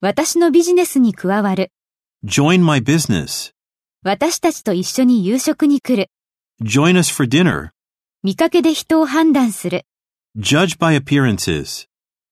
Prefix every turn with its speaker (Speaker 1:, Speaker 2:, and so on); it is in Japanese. Speaker 1: 私のビジネスに加わる。
Speaker 2: Join my business.
Speaker 1: 私たちと一緒に夕食に来る。
Speaker 2: Join us for dinner.
Speaker 1: 見かけで人を判断する。
Speaker 2: Judge by appearances.